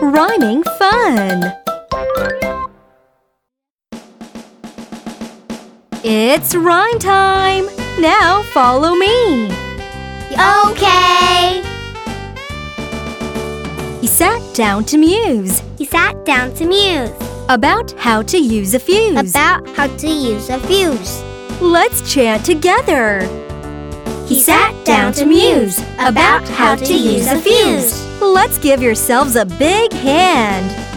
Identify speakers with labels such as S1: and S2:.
S1: Rhyming fun! It's rhyme time! Now follow me!
S2: Okay.
S1: He sat down to muse
S2: He sat down to muse
S1: about how to use a fuse.
S2: about how to use a fuse.
S1: Let's chant together.
S2: He sat down to muse about how to use a fuse.
S1: Let's give yourselves a big hand.